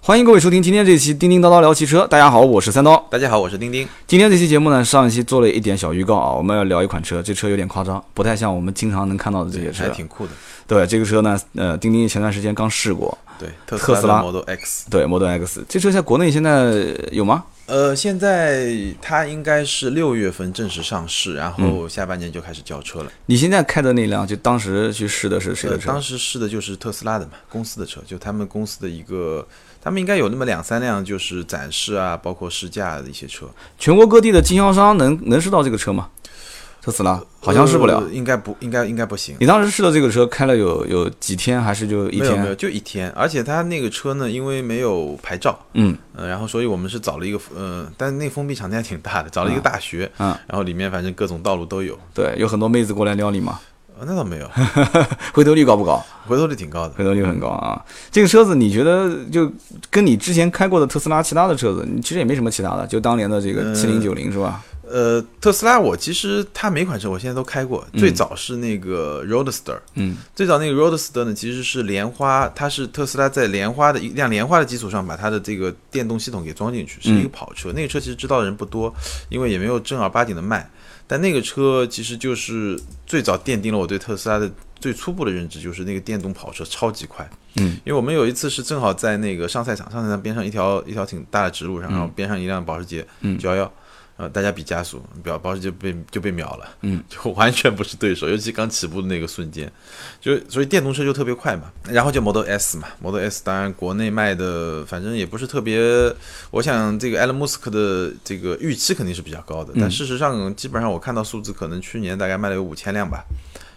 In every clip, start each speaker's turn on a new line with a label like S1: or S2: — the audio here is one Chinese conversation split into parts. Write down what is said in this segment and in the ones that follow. S1: 欢迎各位收听今天这期《叮叮叨叨聊汽车》。大家好，我是三刀。
S2: 大家好，我是丁丁。
S1: 今天这期节目呢，上一期做了一点小预告啊，我们要聊一款车，这车有点夸张，不太像我们经常能看到的这些车
S2: 还。挺酷的。
S1: 对，这个车呢，呃，丁丁前段时间刚试过，
S2: 对，特
S1: 特斯
S2: 斯
S1: 拉
S2: 拉的 Model X。
S1: 对，Model X 这车在国内现在有吗？
S2: 呃，现在它应该是六月份正式上市，然
S1: 嗯
S2: 后下半年就开始交车了。
S1: 你现在开的那辆，就当时去试的是谁的
S2: 呃，
S1: 车？
S2: 当时试的就是特斯拉的嘛，公司的车，就他们公司的一个，他们应该有那么两三辆，就是展示啊，包括试驾的一些车。
S1: 全国各地的经销商能能试到这个车吗？特斯拉好像试不了。
S2: 呃应该不，应该应该不行。
S1: 你当时试的这个车开了有有几天，还是就一
S2: 没有没有，
S1: 天？
S2: 就一天，而且它那个车呢，因为没有牌照，
S1: 嗯，
S2: 呃，然后所以我们是找了一个，呃，但那封闭场地还挺大的，找了一个大学，
S1: 嗯
S2: 然后里面反正各种道路都有，
S1: 对，有很多妹子过来撩你嘛，
S2: 呃，那倒没有，
S1: 回头率高不高？
S2: 回头率挺高的。
S1: 回头率很高啊。这个车子你觉得就跟你之前开过的特斯拉其他的车子，你其实也没什么其他的，就当年的这个七零九零是吧？
S2: 呃，特斯拉我其实它每款车我现在都开过，最早是那个 Roadster，
S1: 嗯，
S2: 最早那个 Roadster 呢其实是莲花，它是特斯拉在莲花的一辆莲花的基础上把它的这个电动系统给装进去，是一个跑车。那个车其实知道的人不多，因为也没有正儿八经的卖。但那个车其实就是最早奠定了我对特斯拉的最初步的认知，就是那个电动跑车超级快。
S1: 嗯，
S2: 因为我们有一次是正好在那个上赛场，上赛场边上一条一条挺大的直路上，然后边上一辆保时捷九幺幺。呃，大家比加速，表保时捷被就被秒了，
S1: 嗯，
S2: 就 完全不是对手，尤其刚起步的那个瞬间，就所以电动车就特别快嘛，然后就 Model S 嘛，Model S 当然国内卖的反正也不是特别，我想这个 Elon Musk 的这个预期肯定是比较高的，
S1: 嗯
S2: 但事实上基本上我看到数字，可能去年大概卖了有五千辆吧，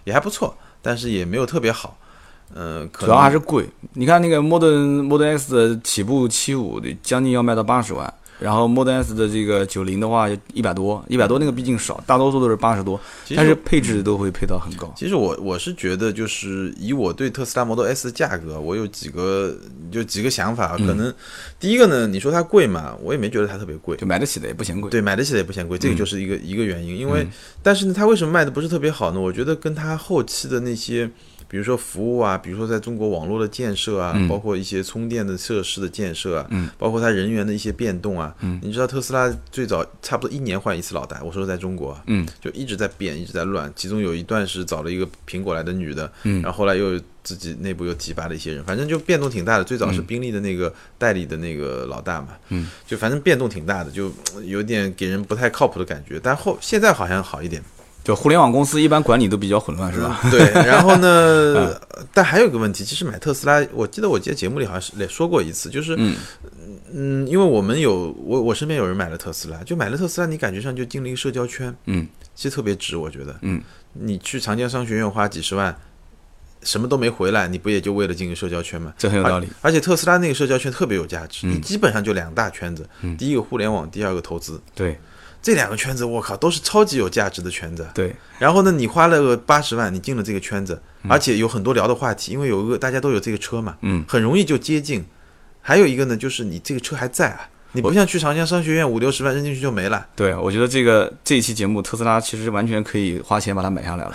S2: 也还不错，但是也没有特别好，嗯、可
S1: 主要还
S2: 能
S1: 是贵。你看那个 Model Model S 的起步七五，将近要卖到八十万。然后 Model S 的这个九零的话，一百多，一百多那个毕竟少，大多数都是八十多，
S2: 其实嗯
S1: 但是配置都会配到很高。
S2: 其实我我是觉得，就是以我对特斯拉 Model S 的价格，我有几个就几个想法。啊
S1: 嗯
S2: 可能第一个呢，你说它贵嘛，我也没觉得它特别贵
S1: 就。买得起的也不嫌贵。
S2: 对，买得起的也不嫌贵，这个就是一个、一个原因。因为，但是呢，它为什么卖的不是特别好呢？我觉得跟它后期的那些，比如说服务啊，比如说在中国网络的建设啊，包括一些充电的设施的建设啊，包括它人员的一些变动啊。你知道特斯拉最早差不多一年换一次老大，我说在中国啊，
S1: 嗯
S2: 就一直在变，一直在乱。其中有一段是找了一个苹果来的女的，然后后来又有自己内部又提拔了一些人，反正就变动挺大的。最早是宾利的那个代理的那个老大嘛，嗯，就反正变动挺大的，就呃有点给人不太靠谱的感觉。但后现在好像好一点，
S1: 就互联网公司一般管理都比较混乱，是吧？
S2: 对，然后
S1: 嗯
S2: 呢？但还有一个问题，其实买特斯拉，我记得我记得节目里好像是也说过一次，就是，嗯因为我们有我我身边有人买了特斯拉，就买了特斯拉，你感觉上就进了一个社交圈，
S1: 嗯，
S2: 其实特别值，我觉得，
S1: 嗯，
S2: 你去长江商学院花几十万，什么都没回来，你不也就为了进个社交圈吗？
S1: 这很有道理。
S2: 而且特斯拉那个社交圈特别有价值，
S1: 嗯
S2: 你基本上就两大圈子，第一个互联网，第二个投资，
S1: 对
S2: 这两个圈子，我靠，都是超级有价值的圈子。
S1: 对，
S2: 然后呢，你花了个八十万，你进了这个圈子，而且有很多聊的话题，因为有一个大家都有这个车嘛，
S1: 嗯，
S2: 很容易就接近。还有一个呢，就是你这个车还在啊，你不像去长江商学院五六十万扔进去就没了。
S1: 对，我觉得这个这一期节目，特斯拉其实完全可以花钱把它买下来了，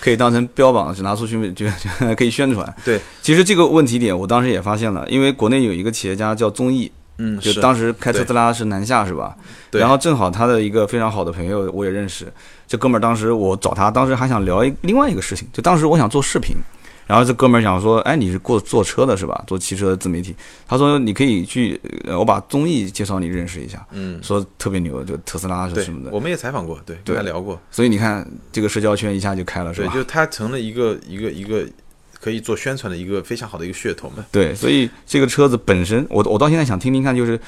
S1: 可以当成标榜，拿出去就就可以宣传。
S2: 对，
S1: 其实这个问题点我当时也发现了，因为国内有一个企业家叫宗毅，
S2: 嗯，
S1: 就是当时开特
S2: 对
S1: 斯拉是南下是吧？
S2: 对
S1: 然后正好他的一个非常好的朋友我也认识，这哥们儿当时我找他，当时还想聊一另外一个事情，就当时我想做视频，然后这哥们儿想说，哎，你是过坐车的是吧？做汽车的自媒体，他说你可以去，呃我把综艺介绍你认识一下，
S2: 嗯，
S1: 说特别牛，就特斯拉是
S2: 对
S1: 什么，的，
S2: 我们也采访过，对，跟他聊过，
S1: 所以你看这个社交圈一下就开了是
S2: 对，
S1: 吧？
S2: 就他成了一个一个一个可以做宣传的一个非常好的一个噱头嘛。
S1: 对，所以这个车子本身，我我到现在想听听看，就是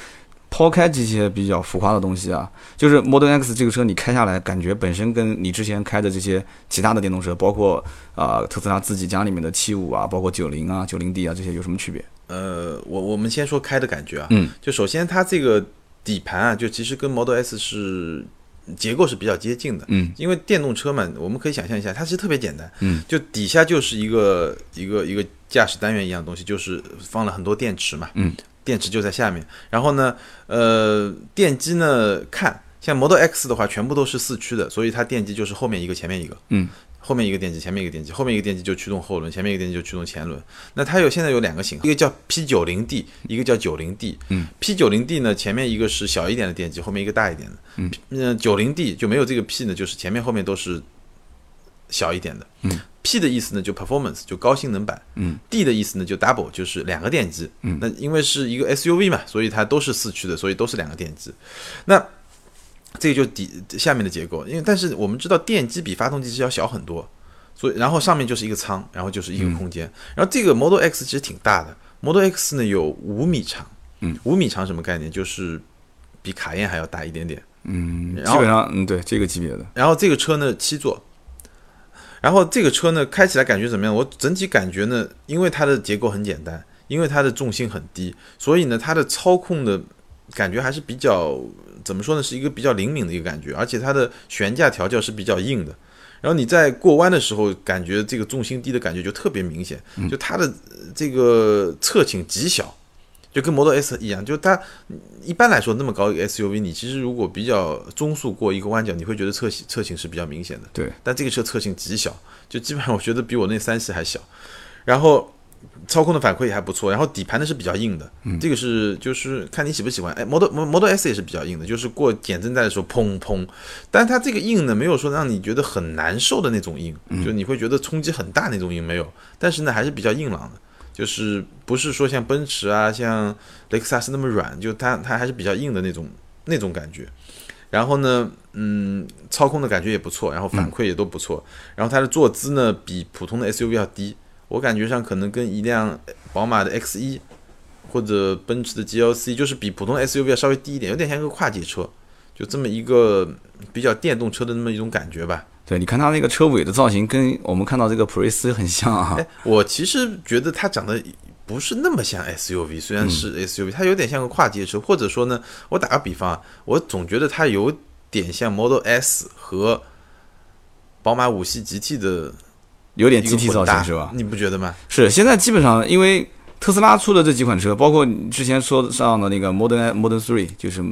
S1: 抛开这些比较浮夸的东西啊，就是 Model X 这个车你开下来，感觉本身跟你之前开的这些其他的电动车，包括啊、呃特斯拉自己家里面的七五啊，包括九零啊、九零 D 啊这些有什么区别？
S2: 呃，我我们先说开的感觉啊，
S1: 嗯，
S2: 就首先它这个底盘啊，就其实跟 Model S 是结构是比较接近的，
S1: 嗯，
S2: 因为电动车嘛，我们可以想象一下，它其实特别简单，
S1: 嗯，
S2: 就底下就是一个一个一个驾驶单元一样的东西，就是放了很多电池嘛，
S1: 嗯，
S2: 电池就在下面，然后呢，呃，电机呢看。像 Model X 的话，全部都是四驱的，所以它电机就是后面一个，前面一个。
S1: 嗯，
S2: 后面一个电机，前面一个电机，后面一个电机就驱动后轮，前面一个电机就驱动前轮。那它有现在有两个型号，一个叫 P 九零 D，一个叫九零 D。
S1: 嗯
S2: ，P 九零 D 呢，前面一个是小一点的电机，后面一个大一点的。
S1: 嗯，
S2: 那呃九零 D 就没有这个 P 呢，就是前面后面都是小一点的。
S1: 嗯
S2: ，P 的意思呢就 performance，就高性能版。
S1: 嗯
S2: ，D 的意思呢就 double，就是两个电机。
S1: 嗯
S2: 那因为是一个 SUV 嘛，所以它都是四驱的，所以都是两个电机。那这个就底下面的结构，因为但是我们知道电机比发动机是要小很多，所以然后上面就是一个舱，然后就是
S1: 嗯
S2: 一个空间，然后这个 Model X 其实挺大的，Model X 呢有五米长，
S1: 嗯，
S2: 五米长什么概念？就是比卡宴还要大一点点。
S1: 嗯，
S2: 然
S1: 基
S2: 后
S1: 本上嗯对这个级别的，
S2: 然后这个车呢七座，然后这个车呢开起来感觉怎么样？我整体感觉呢，因为它的结构很简单，因为它的重心很低，所以呢它的操控的感觉还是比较怎么说呢，是一个比较灵敏的一个感觉，而且它的悬架调教是比较硬的。然后你在过弯的时候，感觉这个重心低的感觉就特别明显，就它的呃这个侧倾极小，就跟 Model S 一样，就它一般来说，那么高一个 SUV，你其实如果比较中速过一个弯角，你会觉得侧倾侧倾是比较明显的。
S1: 对，
S2: 但这个车侧倾极小，就基本上我觉得比我那三系还小。然后操控的反馈也还不错，然后底盘呢是比较硬的，这个是就是看你喜不喜欢。哎，Model Model S 也是比较硬的，就是过减震带的时候砰砰，但是它这个硬呢没有说让你觉得很难受的那种硬，就你会觉得冲击很大那种硬没有，但是呢还是比较硬朗的。就是不是说像奔驰啊、像雷克萨斯那么软，就它它还是比较硬的那种那种感觉。然后呢，嗯，操控的感觉也不错，然后反馈也都不错。然后它的坐姿呢，比普通的 SUV 要低，我感觉上可能跟一辆呃宝马的 X 1或者奔驰的 GLC，就是比普通的 SUV 要稍微低一点，有点像一个跨界车，就这么一个嗯比较电动车的那么一种感觉吧。
S1: 对，你看它那个车尾的造型跟我们看到这个普锐斯很像啊，
S2: 哎，我其实觉得它长得不是那么像 SUV，虽然是 SUV，、它有点像个跨界车，或者说呢，我打个比方啊，我总觉得它有点像 Model S 和宝马五系 GT 的
S1: 有点
S2: 一个
S1: GT 造
S2: 混搭
S1: 型是吧？
S2: 你不觉得吗？
S1: 是，现在基本上因为特斯拉出的这几款车，包括你之前说上的那个 Model Model Three，就是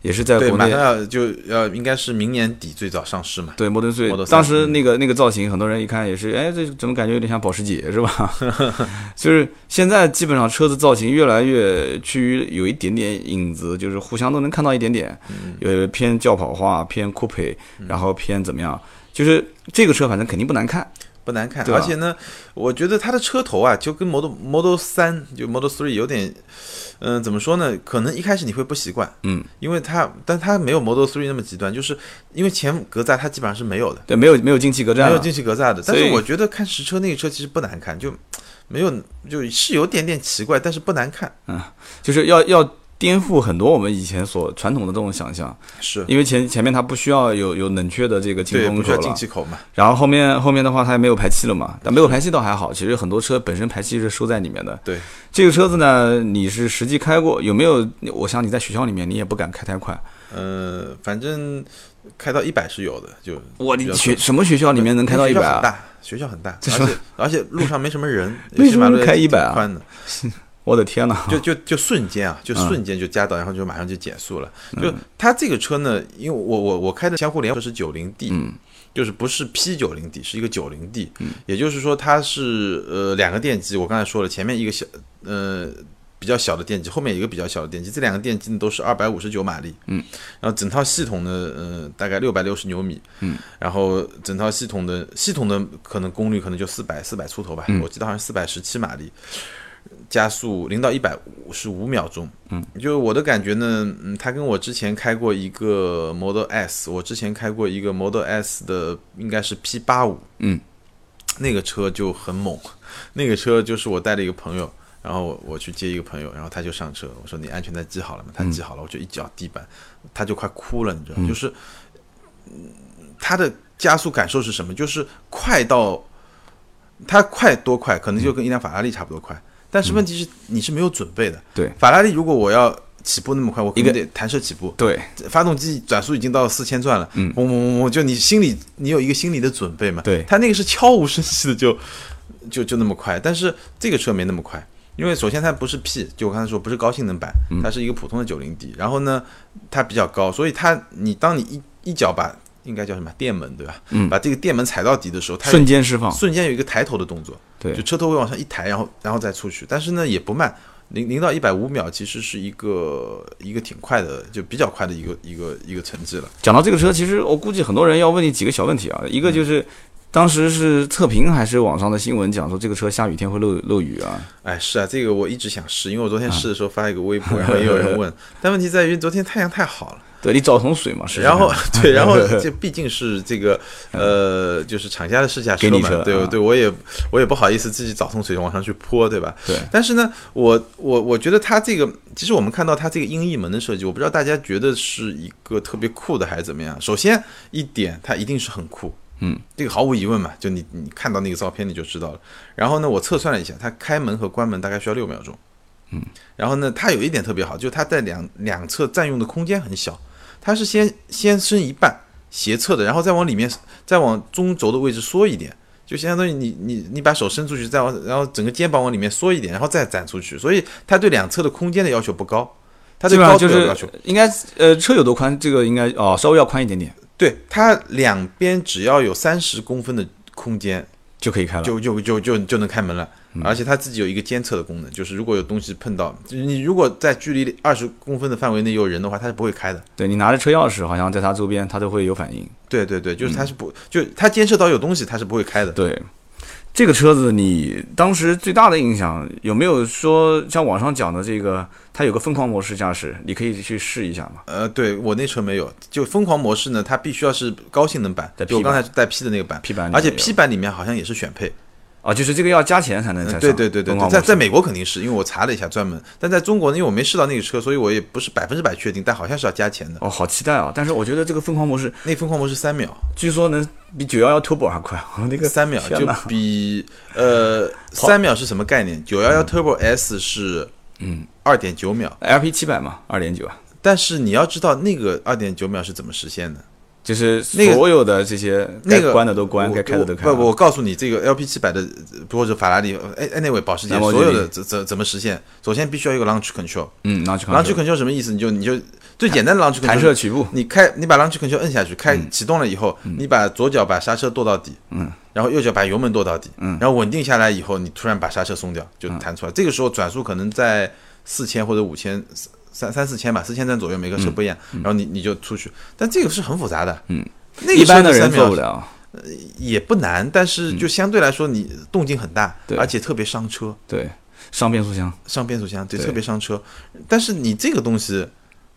S1: 也是在
S2: 对，
S1: 国
S2: 马
S1: 内
S2: 上要就要应该是明年底最早上市嘛。
S1: 对 Model Three，
S2: Model 嗯3
S1: 当时那个那个造型，很多人一看也是，哎，这怎么感觉有点像保时捷是吧？ 就是现在基本上车子造型越来越趋于有一点点影子，就是互相都能看到一点点，
S2: 嗯
S1: 呃，偏轿跑化，偏 coupe，然后偏怎么样？就是这个车反正肯定不难看，
S2: 不难看，
S1: 对吧
S2: 而且呢，我觉得它的车头啊，就跟 Model Model 三就 Model Three 有点，嗯、怎么说呢？可能一开始你会不习惯，
S1: 嗯，
S2: 因为它，但它没有 Model Three 那么极端，就是因为前格栅它基本上是没有的，
S1: 对，没有没有进气格栅
S2: 没有
S1: 了，
S2: 进气格栅的。
S1: 啊所
S2: 但
S1: 以
S2: 是我觉得看实车那个车其实不难看，就没有就是有点点奇怪，但是不难看，
S1: 就是要要颠覆很多我们以前所传统的这种想象，
S2: 是
S1: 因为前前面它不需要有有冷却的这个进
S2: 对，
S1: 风
S2: 不需
S1: 口
S2: 要进
S1: 了，
S2: 气口嘛，
S1: 然后后面后面的话它也没有排气了嘛，但没有排气倒还好，其实很多车本身排气是收在里面的。
S2: 对，
S1: 这个车子呢，你是实际开过有没有？我想你在学校里面你也不敢开太快，
S2: 呃，反正开到一百是有的，就
S1: 我
S2: 比
S1: 你
S2: 较
S1: 学什么学校里面能开到一百
S2: 学校很
S1: 啊？
S2: 大，学校很大，
S1: 这
S2: 而且而且路上没什么人，
S1: 为什么
S2: 马路也
S1: 开
S2: 挺
S1: 100啊
S2: 宽的，
S1: 我的天呐！
S2: 就就就瞬间啊，就瞬间就加到，然后就马上就减速了。就它这个车呢，因为我我我开的相互联合是九零 D，就是不是 P 九零 D，是一个九零 D，也就是说它是呃两个电机，我刚才说了，前面一个小呃。比较小的电机，后面一个比较小的电机，这两个电机呢都是二百五十九马力，嗯，然后整套系统呢，呃，大概六百六十牛米，嗯，然后整套系统的系统的可能功率可能就四百四百出头吧，我记得好像四百十七马力，加速零到一百五十五秒钟。嗯，就我的感觉呢，嗯，它跟我之前开过一个 Model S，我之前开过一个 Model S 的应该是 P 八五，
S1: 嗯，
S2: 那个车就很猛， 那个车就是我带了一个朋友。然后我我去接一个朋友，然后他就上车，我说你安全带系好了吗？他系好了，我就一脚地板，他就快哭了，你知道吗？就是，嗯他的加速感受是什么？就是快到，它快多快，可能就跟一辆法拉利差不多快，但是问题是你是没有准备的。
S1: 嗯对
S2: 法拉利如果我要起步那么快，我肯定
S1: 一
S2: 得弹射起步，
S1: 对，
S2: 发动机转速已经到四千转了，嗯，嗡嗡嗡，就你心里你有一个心理的准备嘛。
S1: 对
S2: 它那个是悄无声息的就就就那么快，但是这个车没那么快。因为首先它不是 P，就我刚才说不是高性能版，
S1: 嗯
S2: 它是一个普通的九零 D。然后呢，它比较高，所以它你当你一一脚把应该叫什么电门对吧？
S1: 嗯
S2: 把这个电门踩到底的时候，它有
S1: 瞬间释放，
S2: 瞬间有一个抬头的动作，
S1: 啊对
S2: 就车头会往上一抬，然后然后再出去，但是呢也不慢，零零到一百五秒其实是一个一个挺快的，就比较快的一个一个一个成绩了。
S1: 讲到这个车，其实我估计很多人要问你几个小问题啊，一
S2: 嗯
S1: 个就是。当时是测评还是网上的新闻讲说这个车下雨天会漏漏雨啊？
S2: 哎，是啊，这个我一直想试，因为我昨天试的时候发一个微博，然后也有人问，但问题在于昨天太阳太好了，
S1: 对你找桶水嘛，是。
S2: 然后 对，然后这毕竟是这个呃，就是厂家的试驾
S1: 给
S2: 车
S1: 你
S2: 嘛
S1: 车，
S2: 对
S1: 啊
S2: 对，我也我也不好意思自己找桶水往上去泼，对吧？
S1: 对
S2: 但是呢，我我我觉得它这个，其实我们看到它这个鹰翼门的设计，我不知道大家觉得是一个特别酷的还是怎么样。首先一点，它一定是很酷，
S1: 嗯，
S2: 这个毫无疑问嘛，就你你看到那个照片你就知道了。然后呢，我测算了一下，它开门和关门大概需要六秒钟，嗯，然后呢，它有一点特别好，就是它在两两侧占用的空间很小，它是先先伸一半斜侧的，然后再往里面再往中轴的位置缩一点。就相当于你你你把手伸出去，再往然后整个肩膀往里面缩一点，然后再展出去，所以它对两侧的空间的要求不高，它
S1: 基
S2: 对
S1: 本上
S2: 高度
S1: 就
S2: 有
S1: 是
S2: 要求。
S1: 应该呃车有多宽，这个应该哦稍微要宽一点点
S2: 对它两边只要有三十公分的空间，
S1: 就可以开了。
S2: 就就就就就能开门了。而且它自己有一个监测的功能，就是如果有东西碰到就是你，如果在距离二十公分的范围内有人的话，它是不会开的。
S1: 对你拿着车钥匙，好像在它周边它都会有反应。
S2: 对对对，就是它是
S1: 嗯
S2: 不、就它监测到有东西，它是不会开的。
S1: 对，这个车子你当时最大的印象有没有说像网上讲的这个，它有个疯狂模式驾驶，你可以去试一下嘛？
S2: 呃，对我那车没有，就疯狂模式呢，它必须要是高性能版
S1: 带，
S2: 就我
S1: P
S2: 刚
S1: 版
S2: 才带 P 的那个版
S1: P 版里面
S2: 而且
S1: 有
S2: P 版里面好像也是选配，
S1: 啊，就是这个要加钱才能才上
S2: 呃对对对对
S1: 疯
S2: 对，
S1: 狂
S2: 在
S1: 模式
S2: 在美国肯定是因为我查了一下专门，但在中国呢，因为我没试到那个车，所以我也不是百分之百确定，但好像是要加钱的。
S1: 哦，好期待啊！但是我觉得这个疯狂模式
S2: 那疯狂模式三秒，
S1: 据说能比九幺幺 Turbo 还快，那个
S2: 三秒
S1: 天
S2: 就
S1: 哪
S2: 比呃三秒是什么概念？九
S1: 嗯
S2: 幺幺 Turbo S 是嗯二点九秒，
S1: LP 七百嘛，二点九啊，
S2: 但是你要知道那个二点九秒是怎么实现的。
S1: 就是
S2: 那个
S1: 所有的这些
S2: 那
S1: 该
S2: 个
S1: 关的都关，
S2: 我
S1: 该开的都开
S2: 我
S1: 了。
S2: 不不，我告诉你，这个 LP 七百的呃或者法拉利，哎，anyway，保时捷
S1: 兰博
S2: 所
S1: 基尼
S2: 有的怎怎怎么实现？首先必须要有一个 launch control。
S1: 嗯，拿去看
S2: launch control 什么意思？你就你就最简单的 launch
S1: 弹射
S2: control，
S1: 曲步，
S2: 你开你把 launch control 摁下去，开
S1: 嗯
S2: 启动了以后，你把左脚把刹车跺到底，嗯，然后右脚把油门跺到底，嗯，然后稳定下来以后，你突然把刹车松掉，就
S1: 嗯
S2: 弹出来。这个时候转速可能在四千或者五千。三三四千吧，四千站左右，每个
S1: 嗯
S2: 车不一样，然后你你就出去，但这个是很复杂的，嗯，那个
S1: 一般的
S2: 车就
S1: 人
S2: 三秒
S1: 做不了。嗯
S2: 也不难，但是就相对来说你动静很大，
S1: 对
S2: 而且特别伤车，
S1: 对，上变速箱，
S2: 上变速箱，对，
S1: 对
S2: 特别伤车。但是你这个东西，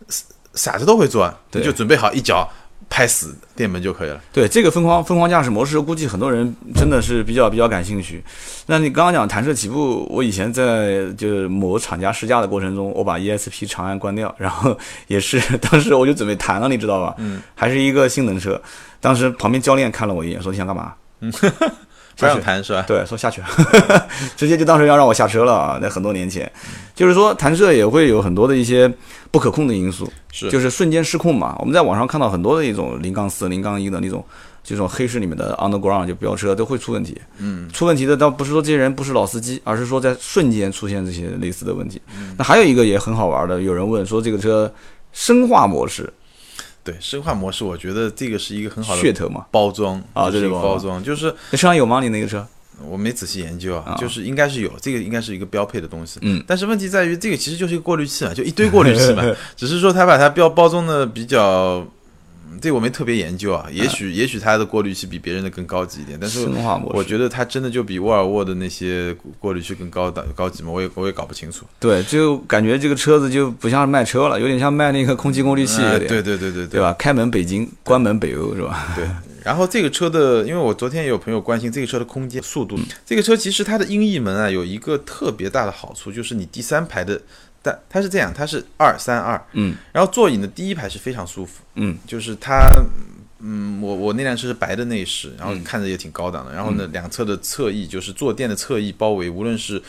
S2: 傻傻子都会做，你
S1: 对
S2: 就准备好一脚拍死电门就可以了。
S1: 对这个疯狂疯狂驾驶模式，估计很多人真的是比较比较感兴趣。那你刚刚讲弹射起步，我以前在就是某厂家试驾的过程中，我把 ESP 长按关掉，然后也是当时我就准备弹了，你知道吧？嗯，还是一个性能车。当时旁边教练看了我一眼，说你想干嘛？
S2: 不让弹是吧？
S1: 对，说下去， 直接就当时要让我下车了啊！那很多年前，就是说弹射也会有很多的一些不可控的因素，
S2: 是
S1: 就是瞬间失控嘛。我们在网上看到很多的一种零杠四、零杠一的那种这种黑市里面的 underground 就飙车都会出问题。嗯，出问题的倒不是说这些人不是老司机，而是说在瞬间出现这些类似的问题。
S2: 嗯
S1: 那还有一个也很好玩的，有人问说这个车生化模式
S2: 对，生化模式，我觉得这个是一个很好
S1: 噱
S2: 的
S1: 头嘛？
S2: 包装
S1: 啊这
S2: 这是
S1: 是
S2: 一个
S1: 包装
S2: 包装，就是
S1: 那车上有吗？你那个车？
S2: 我没仔细研究啊，就是应该是有这个，应该是一个标配的东西。
S1: 嗯，
S2: 但是问题在于，这个其实就是一个过滤器嘛，就一堆 过滤器嘛，只是说它把它标包装的比较，嗯这个我没特别研究啊。也许、也许它的过滤器比别人的更高级一点，但是
S1: 生化模式，
S2: 我觉得它真的就比沃尔沃的那些过滤器更高档高级吗？我也我也搞不清楚。
S1: 对，就感觉这个车子就不像卖车了，有点像卖那个空气过滤器，
S2: 哎
S1: 有点、
S2: 对对对对
S1: 对
S2: 对
S1: 吧？开门北京，关门北欧是吧？
S2: 对。然后这个车的，因为我昨天也有朋友关心这个车的空间、速
S1: 嗯
S2: 度。这个车其实它的鹰翼门啊有一个特别大的好处，就是你第三排的，但它是这样，它是二三二，
S1: 嗯，
S2: 然后座椅呢第一排是非常舒服，
S1: 嗯，
S2: 就是它。嗯，我我那辆车是白的内饰，然后
S1: 嗯
S2: 看着也挺高档的。然后呢，两侧的侧翼就是坐垫的侧翼包围，无论是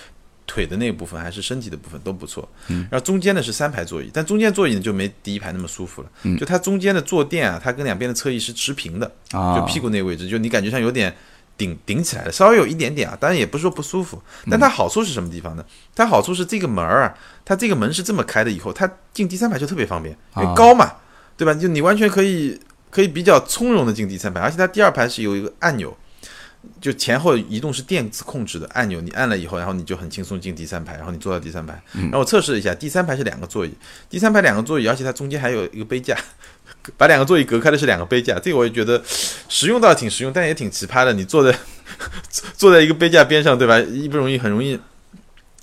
S2: 腿的那部分还是身体的部分都不错。然后中间呢是三排座椅，但中间座椅呢就没第一排那么舒服了。就它中间的坐垫啊，它跟两边的侧翼是持平的，
S1: 啊，
S2: 就屁股那个位置，就你感觉像有点顶顶起来了，稍微有一点点啊，当然也不是说不舒服。但
S1: 嗯
S2: 它好处是什么地方呢？它好处是这个门儿啊，它这个门是这么开的，以后它进第三排就特别方便，因为
S1: 啊
S2: 高嘛，对吧？就你完全可以可以比较从容的进第三排，而且它第二排是有一个按钮，就前后移动是电子控制的按钮，你按了以后，然后你就很轻松进第三排，然后你坐到第三排。
S1: 嗯
S2: 然后我测试了一下，第三排是两个座椅，第三排两个座椅，而且它中间还有一个杯架，把两个座椅隔开的是两个杯架，这个我也觉得实用倒是挺实用，但也挺奇葩的。你坐在 坐在一个杯架边上，对吧？一不容易，很容易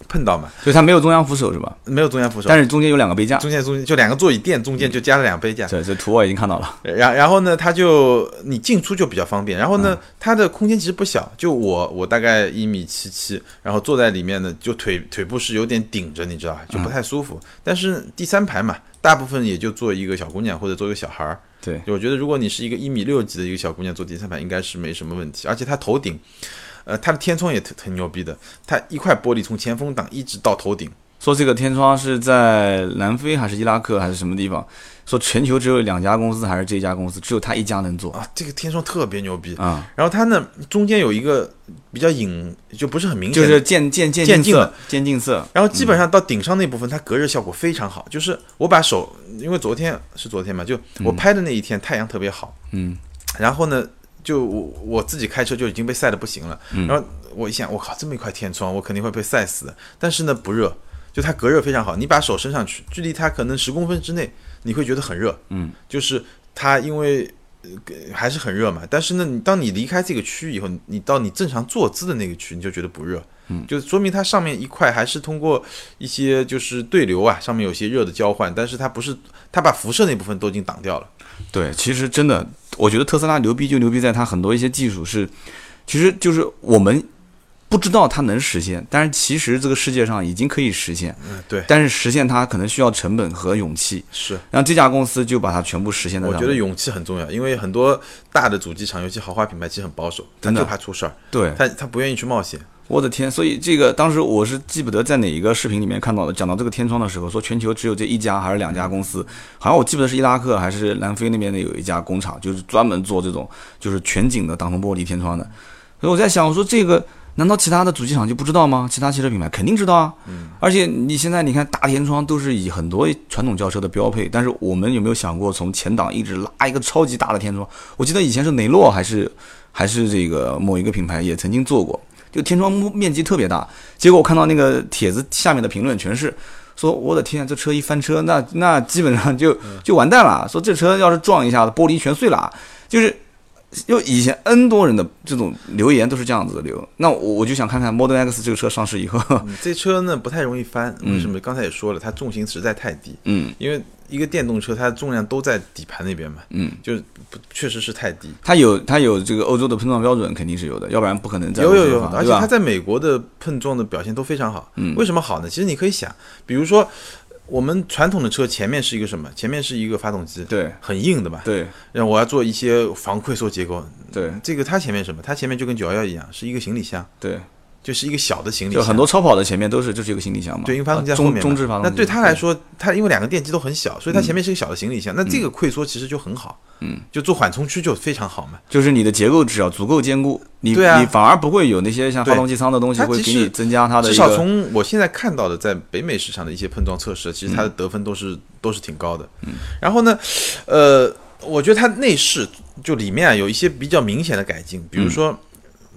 S2: 碰到嘛。
S1: 就它没有中央扶手是吧？
S2: 没有中间扶手，
S1: 但是中间有两个杯架，
S2: 中间中间就两个座椅垫，中间就加了两个杯架。
S1: 这这图我已经看到了。
S2: 然然后呢，它就你进出就比较方便。然后
S1: 嗯
S2: 呢，它的空间其实不小，就我我大概一米七七，然后坐在里面呢，就腿腿部是有点顶着，你知道吧，
S1: 嗯
S2: 就不太舒服。但是第三排嘛，大部分也就坐一个小姑娘或者坐一个小孩儿。
S1: 对，
S2: 就我觉得如果你是一个一米六几的一个小姑娘坐第三排应该是没什么问题，而且它头顶，呃，它的天窗也挺挺牛逼的，它一块玻璃从前风挡一直到头顶。
S1: 说这个天窗是在南非还是伊拉克还是什么地方？说全球只有两家公司还是这一家公司，只有他一家能做
S2: 啊，这个天窗特别牛逼。
S1: 啊、
S2: 然后它呢，中间有一个比较隐，就不是很明显
S1: 就
S2: 的，
S1: 是渐渐渐
S2: 渐进
S1: 色
S2: 了，
S1: 渐进色。
S2: 然后基本上到顶上那部分，它隔热效果非常好。就是我把手，因为昨天是昨天嘛，就我拍的那一天太阳特别好，
S1: 嗯，
S2: 然后呢，就我我自己开车就已经被晒得不行了。
S1: 嗯
S2: 然后我一想，我靠，这么一块天窗，我肯定会被晒死的。但是呢，不热，就它隔热非常好。你把手伸上去，距离它可能十公分之内，你会觉得很热。
S1: 嗯，
S2: 就是它因为。呃还是很热嘛，但是呢，你当你离开这个区以后，你到你正常坐姿的那个区，你就觉得不热，嗯，就说明它上面一块还是通过一些就是对流啊，上面有些热的交换，但是它不是它把辐射那部分都已经挡掉了。
S1: 对，其实真的，我觉得特斯拉牛逼就牛逼在它很多一些技术是，其实就是我们不知道它能实现，但是其实这个世界上已经可以实现，
S2: 嗯，对，
S1: 但是实现它可能需要成本和勇气。
S2: 是。
S1: 然后这家公司就把它全部实现在
S2: 我
S1: 上
S2: 觉
S1: 面
S2: 得勇气很重要，因为很多大的主机厂，尤其豪华品牌，其实很保守，他
S1: 真的
S2: 就怕出事儿，
S1: 对，
S2: 他他不愿意去冒险。
S1: 我的天！所以这个当时我是记不得在哪一个视频里面看到的，讲到这个天窗的时候，说全球只有这一家还是两家公司，好像我记不得是伊拉克还是南非那边的有一家工厂，就是专门做这种就是全景的挡风玻璃天窗的。所以我在想，我说这个难道其他的主机厂就不知道吗？其他汽车品牌肯定知道啊。而且你现在你看大天窗都是以很多传统轿车的标配，但是我们有没有想过从前挡一直拉一个超级大的天窗？我记得以前是雷诺还是还是这个某一个品牌也曾经做过。就天窗面积特别大。结果我看到那个帖子下面的评论全是说：“我的天，这车一翻车，那那基本上就
S2: 嗯
S1: 就完蛋了。说这车要是撞一下子，玻璃全碎了。”就是就以前 N 多人的这种留言都是这样子的留。那我我就想看看 Model X 这个车上市以后，
S2: 嗯这车呢不太容易翻，为什么？刚才也说了，它重心实在太低，
S1: 嗯，
S2: 因为一个电动车它的重量都在底盘那边嘛，嗯，就是不确实是太低。
S1: 它有它有这个欧洲的碰撞标准肯定是有的，要不然不可能在
S2: 有有
S1: 欧洲
S2: 有，
S1: 上
S2: 而且
S1: 对吧嗯
S2: 它在美国的碰撞的表现都非常好。为什么好呢？其实你可以想，比如说我们传统的车前面是一个什么？前面是一个发动机，
S1: 对
S2: 很硬的嘛。
S1: 对
S2: 让我要做一些防溃缩结构，
S1: 对
S2: 这个它前面什么？它前面就跟911一样，是一个行李箱，
S1: 对，
S2: 就是一个小的行李
S1: 就
S2: 箱，
S1: 很多超跑的前面都是就是一个行李箱嘛，呃
S2: 对，因为发动机在后
S1: 中
S2: 面嘛
S1: 中置发动机。嗯
S2: 那对它来说，它因为两个电机都很小，所以它前面是一个小的行李箱，那这个溃缩其实就很好，嗯，就做缓冲区就非常好嘛。
S1: 就是你的结构只要足够坚固，你、
S2: 对啊
S1: 你反而不会有那些像发动机舱的东西
S2: 对它
S1: 会
S2: 即
S1: 给
S2: 使
S1: 你增加它的
S2: 至
S1: 一
S2: 少
S1: 个。
S2: 从我现在看到的，在北美市场的一些碰撞测试，其实它的
S1: 嗯
S2: 得分都是、都是挺高的。然后呢，呃，我觉得它内饰就里面啊有一些比较明显的改进，
S1: 嗯
S2: 比如说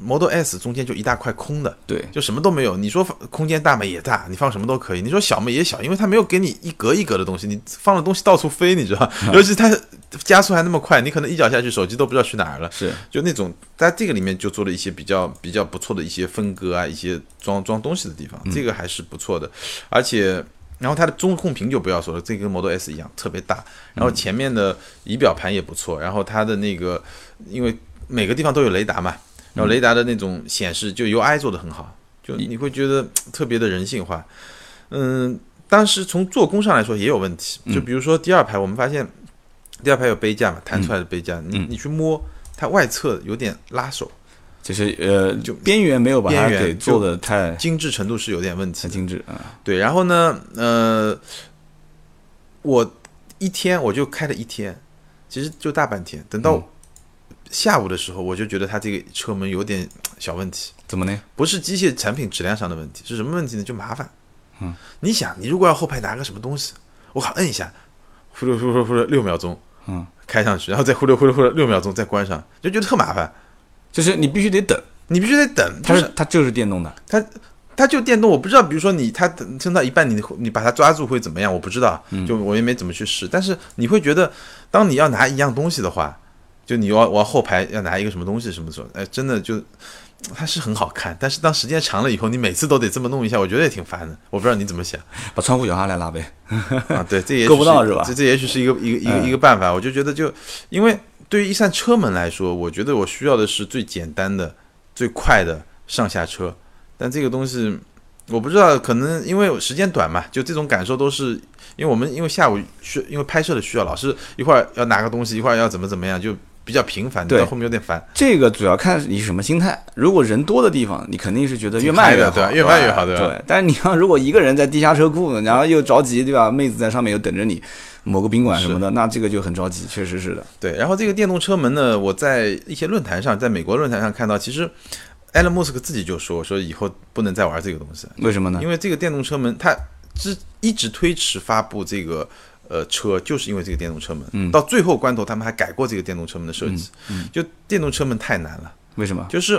S2: Model S 中间就一大块空的，
S1: 对
S2: 就什么都没有。你说放空间大嘛也大，你放什么都可以；你说小嘛也小，因为它没有给你一格一格的东西，你放的东西到处飞，你 知道？尤其它加速还那么快，你可能一脚下去，手机都不知道去哪儿了。
S1: 是，
S2: 就那种在这个里面就做了一些比较比较不错的一些分割啊，一些装装东西的地方，这个还是不错的。而且，然后它的中控屏就不要说了，这跟 Model S 一样特别大。然后前面的仪表盘也不错，然后它的那个因为每个地方都有雷达嘛，然后雷达的那种显示就 UI 做的很好，就你会觉得特别的人性化。嗯，当时从做工上来说也有问题，就比如说第二排，我们发现第二排有杯架嘛，弹出来的杯架，你你去摸，它外侧有点拉手，
S1: 就是呃，
S2: 就
S1: 边缘没有把它
S2: 边缘
S1: 给
S2: 就
S1: 做的太
S2: 精致程度是有点问题
S1: 太
S2: 的。
S1: 精致啊、嗯
S2: 对，然后呢，呃，我一天我就开了一天，其实就大半天，等到
S1: 嗯
S2: 下午的时候，我就觉得它这个车门有点小问题。
S1: 怎么呢？
S2: 不是机械产品质量上的问题，是什么问题呢？就麻烦。嗯，你想，你如果要后排拿个什么东西，我靠，摁一下，呼噜呼噜呼噜六秒钟，
S1: 嗯，
S2: 开上去，然后再忽略忽略忽略六秒钟再关上，就觉得特麻烦。
S1: 就是你必须得等，
S2: 你必须得等，
S1: 它
S2: 就是
S1: 它就是电动的，
S2: 它它就电动，我不知道，比如说你它撑到一半你，你把它抓住会怎么样？我不知道，就我也没怎么去试。但是你会觉得，当你要拿一样东西的话，就你要往后排要拿一个什么东西什么时候，哎，真的就它是很好看，但是当时间长了以后，你每次都得这么弄一下，我觉得也挺烦的。我不知道你怎么想
S1: 把窗户摇下来拉呗。
S2: 啊？对，这也许
S1: 够不到是吧嗯
S2: 这这也许是一个一个一个一个办法。我就觉得就因为对于一扇车门来说，我觉得我需要的是最简单的、最快的上下车。但这个东西我不知道，可能因为时间短嘛，就这种感受都是因为我们因为下午需因为拍摄的需要，老是一会儿要拿个东西，一会儿要怎么怎么样，就比较频繁，
S1: 对
S2: 到后面有点烦。
S1: 这个主要看你是什么心态。如果人多的地方，你肯定是觉得越慢越好，
S2: 挺嗨的对
S1: 对
S2: 吧
S1: 吧
S2: 越慢越好对吧
S1: 对。但是你要如果一个人在地下车库，然后又着急，对吧？妹子在上面又等着你，某个宾馆什么的，那这个就很着急，确实是的。
S2: 对，然后这个电动车门呢，我在一些论坛上，在美国论坛上看到，其实 Elon Musk 自己就说，说以后不能再玩这个东西，
S1: 为什么呢？
S2: 因为这个电动车门它之一直推迟发布这个呃车，就是因为这个电动车门。到最后关头，他们还改过这个电动车门的设计。就电动车门太难了，
S1: 为什么？
S2: 就是。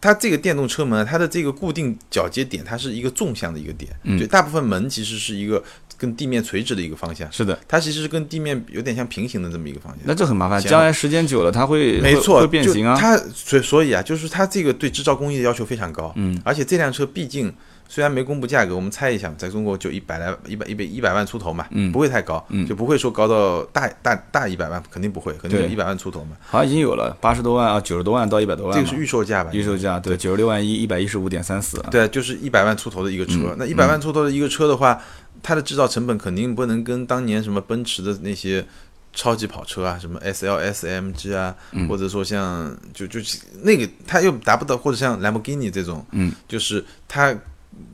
S2: 它这个电动车门，啊它的这个固定铰接点，它是一个纵向的一个点，就大部分门其实是一个跟地面垂直的一个方向，
S1: 是的，
S2: 它其实是跟地面有点像平行的这么一个方向。
S1: 那这很麻烦。
S2: 行
S1: 将来时间久了，它会
S2: 没
S1: 会
S2: 错，
S1: 会变
S2: 就
S1: 形啊。
S2: 它所所以啊，就是它这个对制造工艺的要求非常高。嗯，而且这辆车毕竟虽然没公布价格，我们猜一下，在中国就一百来一百一百一百万出头嘛，嗯，不会太高，嗯，就不会说高到大大大一百万，肯定不会，肯定
S1: 对
S2: 就一百万出头嘛。
S1: 好像已经有了八十多万啊，九十多万到一百多万
S2: 这
S1: 嘛，
S2: 个是预售价吧？
S1: 预售价，对，九十六万一，一百一十五点三四。啊
S2: 对，就是一百万出头的一个
S1: 嗯
S2: 车。那一百万出头的一个车的话，它的制造成本肯定不能跟当年什么奔驰的那些超级跑车啊，什么 S L S M G 啊，
S1: 嗯
S2: 或者说像就就那个它又达不到，或者像兰博基尼这种，
S1: 嗯，
S2: 就是它。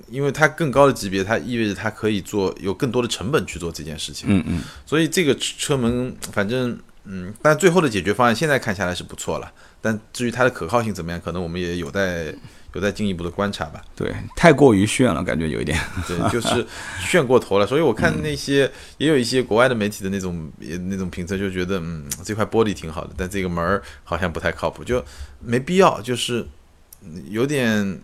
S2: 因为它更高的级别，它意味着它可以做有更多的成本去做这件事情，
S1: 嗯嗯，
S2: 所以这个车门反正嗯，但最后的解决方案现在看下来是不错了，但至于它的可靠性怎么样，可能我们也有待有待进一步的观察吧。
S1: 对，太过于炫了，感觉有一点。
S2: 对，就是炫过头了。所以我
S1: 嗯
S2: 看那些、也有一些国外的媒体的那种也那种评测，就觉得嗯，这块玻璃挺好的，但这个门儿好像不太靠谱，就没必要，就是嗯有点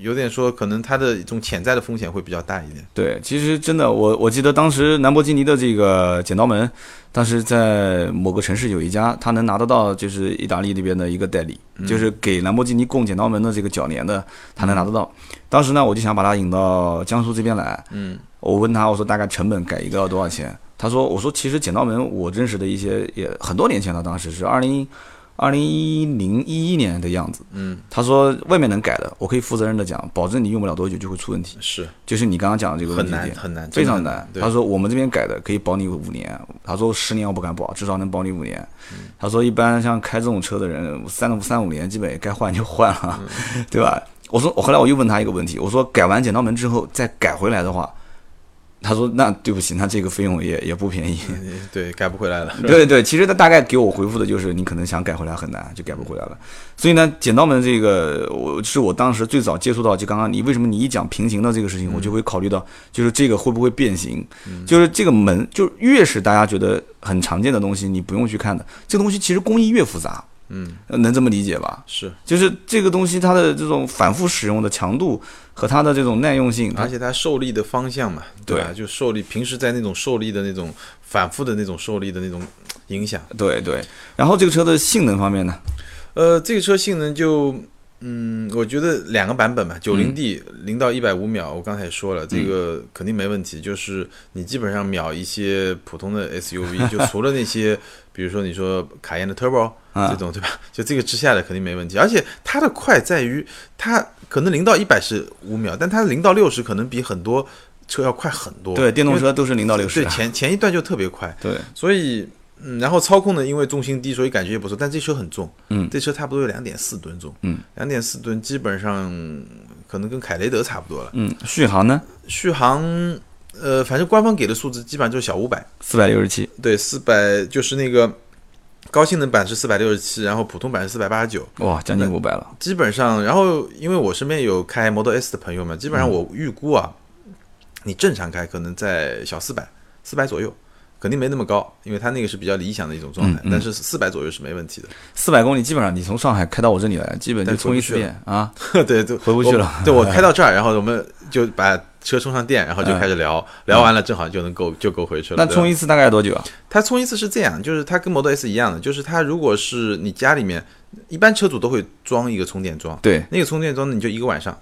S2: 有点说可能它的一种潜在的风险会比较大一点。
S1: 对，其实真的，我我记得当时兰博基尼的这个剪刀门，当时在某个城市有一家，他能拿得到，就是意大利那边的一个代理，
S2: 嗯
S1: 就是给兰博基尼供剪刀门的这个铰链的，他能拿得到。当时呢，我就想把他引到江苏这边来，
S2: 嗯，
S1: 我问他，我说大概成本改一个要多少钱？他说，我说其实剪刀门我认识的一些也很多年前了，当时是二零二零一零一一年的样子，
S2: 嗯，
S1: 他说外面能改的，我可以负责任的讲，保证你用不了多久就会出问题，
S2: 是
S1: 就是你刚刚讲的这个问
S2: 很
S1: 题
S2: 难
S1: 点。
S2: 很难，
S1: 非常
S2: 真的
S1: 难。
S2: 对
S1: 他说我们这边改的可以保你五年，他说十年我不敢保，至少能保你五年。
S2: 嗯
S1: 他说一般像开这种车的人，三三五年基本该换就换了，对吧？我说我后来我又问他一个问题，我说改完剪刀门之后再改回来的话，他说那对不起，那这个费用也也不便宜。
S2: 嗯对改不回来了。
S1: 对对，其实他大概给我回复的就是，你可能想改回来很难，就改不回来了。所以呢，剪刀门这个，我是我当时最早接触到，就刚刚你为什么你一讲平行的这个事情，我就会考虑到，就是这个会不会变形，就是这个门，就是越是大家觉得很常见的东西，你不用去看的，这个东西其实工艺越复杂，
S2: 嗯，
S1: 呃能这么理解吧？
S2: 是，
S1: 就是这个东西它的这种反复使用的强度和它的这种耐用性，它
S2: 而且它受力的方向嘛，
S1: 对
S2: 吧？就受力，平时在那种受力的那种反复的那种受力的那种影响。
S1: 对对。然后这个车的性能方面呢，
S2: 呃，这个车性能就，嗯，我觉得两个版本吧，九零
S1: 嗯
S2: D 零到一百五秒，我刚才也说了，这个肯定没问题，就是你基本上秒一些普通的 SUV，就除了那些，比如说你说卡宴的 Turbo
S1: 啊
S2: 这种，对吧？就这个之下的肯定没问题，而且它的快在于它可能零到一百是五秒，但它零到六十可能比很多车要快很多，
S1: 对电动
S2: 因为
S1: 车都是零到六十啊
S2: 对，前前一段就特别快，
S1: 对。
S2: 所以，嗯，然后操控呢，因为重心低，所以感觉也不错。但这车很重，
S1: 嗯
S2: 这车差不多有两点四吨重，
S1: 嗯，
S2: 两点四吨基本上嗯可能跟凯雷德差不多了。
S1: 嗯，续航呢？
S2: 续航，呃，反正官方给的数字基本上就是小五百，
S1: 四百六十七，
S2: 对，四百就是那个高性能版是四百六十七，然后普通版是四百八十九。
S1: 哇，将近五百了。
S2: 基本上，然后因为我身边有开 Model S 的朋友们，
S1: 嗯
S2: 基本上我预估啊，你正常开可能在小四百、四百左右，肯定没那么高，因为它那个是比较理想的一种状
S1: 嗯
S2: 态，但是四百左右是没问题的。
S1: 四百公里基本上你从上海开到我这里来，基本就充一次电啊。
S2: 对，就
S1: 回不去了
S2: 我对我开 到这儿，然后我们就把车充上电，然后就开始聊，聊完了正好就能够就够回去了。
S1: 嗯那
S2: 对
S1: 充一次大概多久啊？
S2: 它充一次是这样，就是它跟 Model S 一样的，就是它如果是你家里面，一般车主都会装一个充电桩，
S1: 对，
S2: 那个充电桩呢你就一个晚上。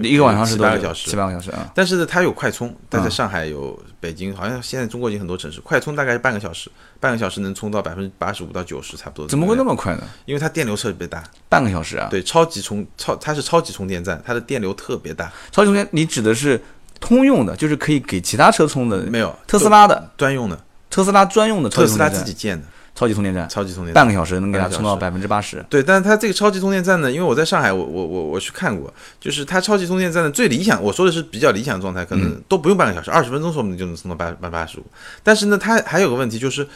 S1: 一个晚上是多久？
S2: 七八个小时
S1: 七八个小时啊。
S2: 但是呢，它有快充，它在
S1: 嗯
S2: 上海有、北京，好像现在中国已经很多城市，快充大概是半个小时，半个小时能充到百分之八十五到九十，差不多。
S1: 怎么会那？么快呢？
S2: 因为它电流特别大，
S1: 半个小时啊？
S2: 对，超级充超，它是超级充电站，它的电流特别大，
S1: 超级充电你指的是通用的，就是可以给其他车充的，
S2: 没有
S1: 特斯拉的
S2: 专用的，
S1: 特斯拉专用的超
S2: 特
S1: 级充
S2: 斯拉
S1: 电
S2: 自己
S1: 站，
S2: 建的
S1: 超级充电站，
S2: 超级充电站。
S1: 半个小时能给它充到
S2: 半
S1: 百分之八十。
S2: 对，但是它这个超级充电站呢，因为我在上海我，我我我去看过，就是它超级充电站的最理想，我说的是比较理想状态，可
S1: 嗯
S2: 能都不用半个小时，二十分钟说不定就能充到八八八十五。但是呢，它还有个问题就是，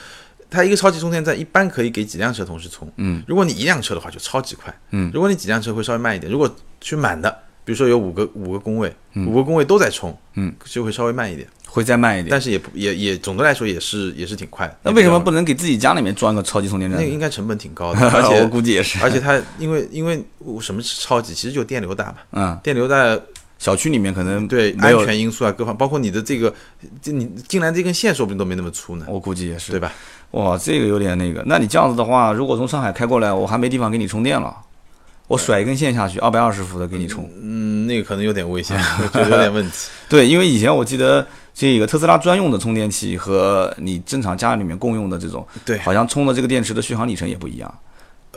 S2: 它一个超级充电站一般可以给几辆车同时充，
S1: 嗯，
S2: 如果你一辆车的话就超级快，
S1: 嗯，
S2: 如果你几辆车会稍微慢一点，如果去满的，比如说有五个五个工位，五个工位都在充，
S1: 嗯，
S2: 就会稍微慢一点，
S1: 会再慢一点。
S2: 但是也不也也总的来说也是也是挺快的。
S1: 那为什么不能给自己家里面装一个超级充电
S2: 那
S1: 站
S2: 个
S1: 呢？
S2: 应该成本挺 高的，而且
S1: 我估计也 是。
S2: 而且它因为因为我什么是超级，其实就电流大嘛，
S1: 嗯，
S2: 电流大
S1: 小区里面可能
S2: 对
S1: 没
S2: 安
S1: 有，
S2: 全因素啊，各方包括你的这个，这你进来这根线说不定都没那么粗呢，
S1: 我估计也哦是
S2: 对。吧？
S1: 哇，这个有点那个。那你这样子的话，如果从上海开过来，我还没地方给你充电了，我甩一根线下去，二百二十伏的给你充。
S2: 嗯，那个可能有点 危险，我觉得有点问题。
S1: 对，因为以前我记得这个特斯拉专用的充电器和你正常家里面共用的这种，
S2: 对
S1: 好像充的这个电池的续航里程也不一样。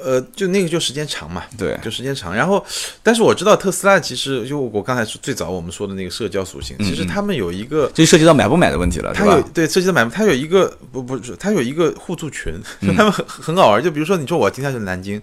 S2: 呃，就那个就时间长嘛，
S1: 对，
S2: 就时间长。然后，但是我知道特斯拉其实就我刚才说最早我们说的那个社交属性，
S1: 嗯
S2: 其实他们有一个。
S1: 这就涉及到买不买的问题了，
S2: 它
S1: 是
S2: 有
S1: 吧？
S2: 对涉及到买卖，它有一个不不是，它有一个互助群，
S1: 嗯
S2: 就 他们很很好玩。就比如说，你说我今天去南京，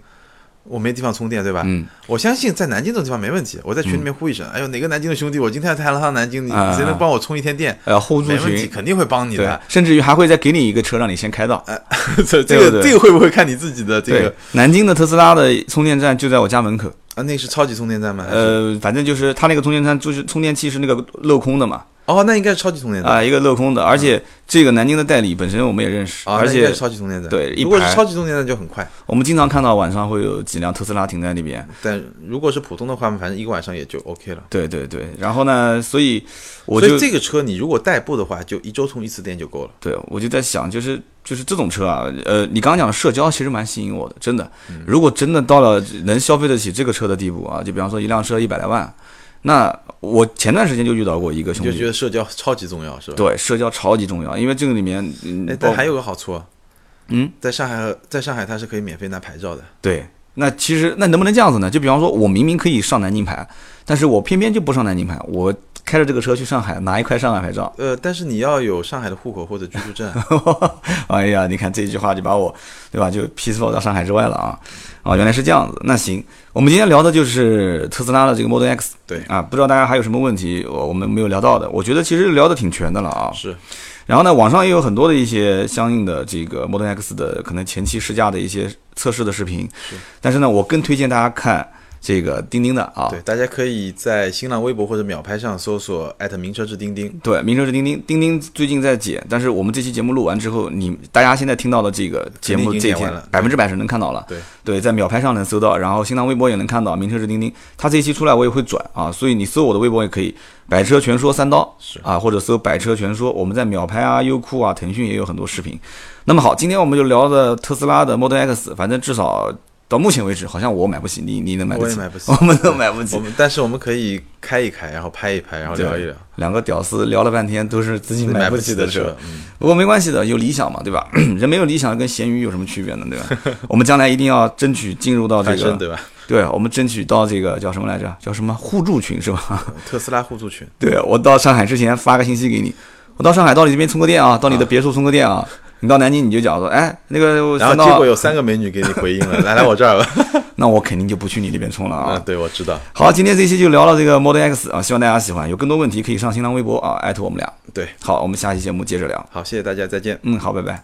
S2: 我没地方充电，对吧？
S1: 嗯，
S2: 我相信在南京这种地方没问题。我在群里面呼一声，哎呦，哪个南京的兄弟，我今天要来了趟南京，你
S1: 啊
S2: 谁能帮我充一天电？
S1: 呃，互助
S2: 没问题，
S1: 群，
S2: 肯定会帮你
S1: 对
S2: 的。，呃
S1: 甚至于还会再给你一个车让你先开到。
S2: 这
S1: 对
S2: 这
S1: 对
S2: 个这个会不会看你自己的这
S1: 对
S2: 个，
S1: 南京的特斯拉的充电站就在我家门口。
S2: 啊？那是超级充电站吗？还是，
S1: 呃，反正就是它那个充电站就是充电器是那个镂空的嘛，
S2: 哦，那应该是超级充电站
S1: 啊、一个镂空的，而且这个南京的代理本身我们也认识，
S2: 啊，
S1: 而
S2: 那应该
S1: 且
S2: 是超级充电站。
S1: 对一
S2: 如果是
S1: 排
S2: 超级充电站就很快，
S1: 我们经常看到晚上会有几辆特斯拉停在那边。
S2: 但如果是普通的话，反正一个晚上也就 OK 了。
S1: 对对对，然后呢，所以我
S2: 所
S1: 就
S2: 以这个车你如果代步的话，就一周充一次电就够了。
S1: 对我就在想，就是就是这种车啊，呃，你刚刚讲的社交其实蛮吸引我的，真的。如果真的到了能消费得起这个车的地步啊，就比方说一辆车一百来万，那我前段时间就遇到过一个
S2: 你
S1: 兄
S2: 就觉
S1: 弟，
S2: 得社交超级重要是吧？
S1: 对，社交超级重要，因为这个里面，嗯
S2: 哎，，
S1: 包
S2: 但还有个好处，
S1: 嗯，
S2: 在上海和在上海它是可以免费拿牌照的。
S1: 对，那其实那能不能这样子呢？就比方说，我明明可以上南京牌，但是我偏偏就不上南京牌，我开着这个车去上海拿一块上海牌照。
S2: 呃，但是你要有上海的户口或者居住证啊，
S1: 哎呀，你看这句话就把我，对吧？就 peaceful 到上海之外了啊！啊，原来是这样子。那行，我们今天聊的就是特斯拉的这个 Model X。
S2: 对
S1: 啊，不知道大家还有什么问题，我我们没有聊到的，我觉得其实聊的挺全的了啊。
S2: 是
S1: 然后呢，网上也有很多的一些相应的这个 Model X 的可能前期试驾的一些测试的视频，但是呢，我更推荐大家看这个钉钉的啊，
S2: 对，大家可以在新浪微博或者秒拍上搜索艾特名车志钉钉，
S1: 对，名车是钉钉，钉钉最近在解，但是我们这期节目录完之后，你大家现在听到的这个节目
S2: 肯定已
S1: 这
S2: 经
S1: 一
S2: 解
S1: 天
S2: 完了
S1: 百分之百是能看到了。
S2: 对
S1: 对，在秒拍上能搜到，然后新浪微博也能看到，名车是钉钉，它这一期出来我也会转啊，所以你搜我的微博也可以，百车全说三刀
S2: 是
S1: 啊，或者搜百车全说，我们在秒拍啊、优酷啊、腾讯也有很多视频。那么好，今天我们就聊的特斯拉的 Model X，反正至少到目前为止，好像我买不起，你你能买
S2: 我
S1: 得
S2: 也
S1: 起，
S2: 买不起
S1: 我们都买不起
S2: 我。们但是我们可以开一开，然后拍一拍，然后聊一聊
S1: 两个屌丝聊了半天都是自己买
S2: 买
S1: 不
S2: 不
S1: 起
S2: 起
S1: 的
S2: 的
S1: 车
S2: 车，，嗯
S1: 不过没关系的，有理想嘛，对吧？ 人没有理想跟咸鱼有什么区别呢，对 吧？我们将来一定要争取进入到这
S2: 翻身
S1: 个，
S2: 对吧？
S1: 对，我们争取到这个叫什么来着？叫什么互助群是吧？
S2: 特斯拉互助群，
S1: 对我到上海之前发个信息给你，我到上海到你这边充个电啊，到你的别墅充个电啊。你到南京你就讲说，哎，那个
S2: 然
S1: 三
S2: 后结
S1: 道
S2: 果，有三个美女给你回应了，来来 我这儿吧。
S1: 那我肯定就不去你那边充了
S2: 啊，
S1: 啊。
S2: 对，我知道，
S1: 好，今天这期就聊到这个 Model X 啊，希望大家喜欢。有更多问题可以上新浪微博啊，艾特我们俩。
S2: 对，
S1: 好，我们下期节目接着聊。
S2: 好，谢谢大家，再见。
S1: 嗯，好，拜拜。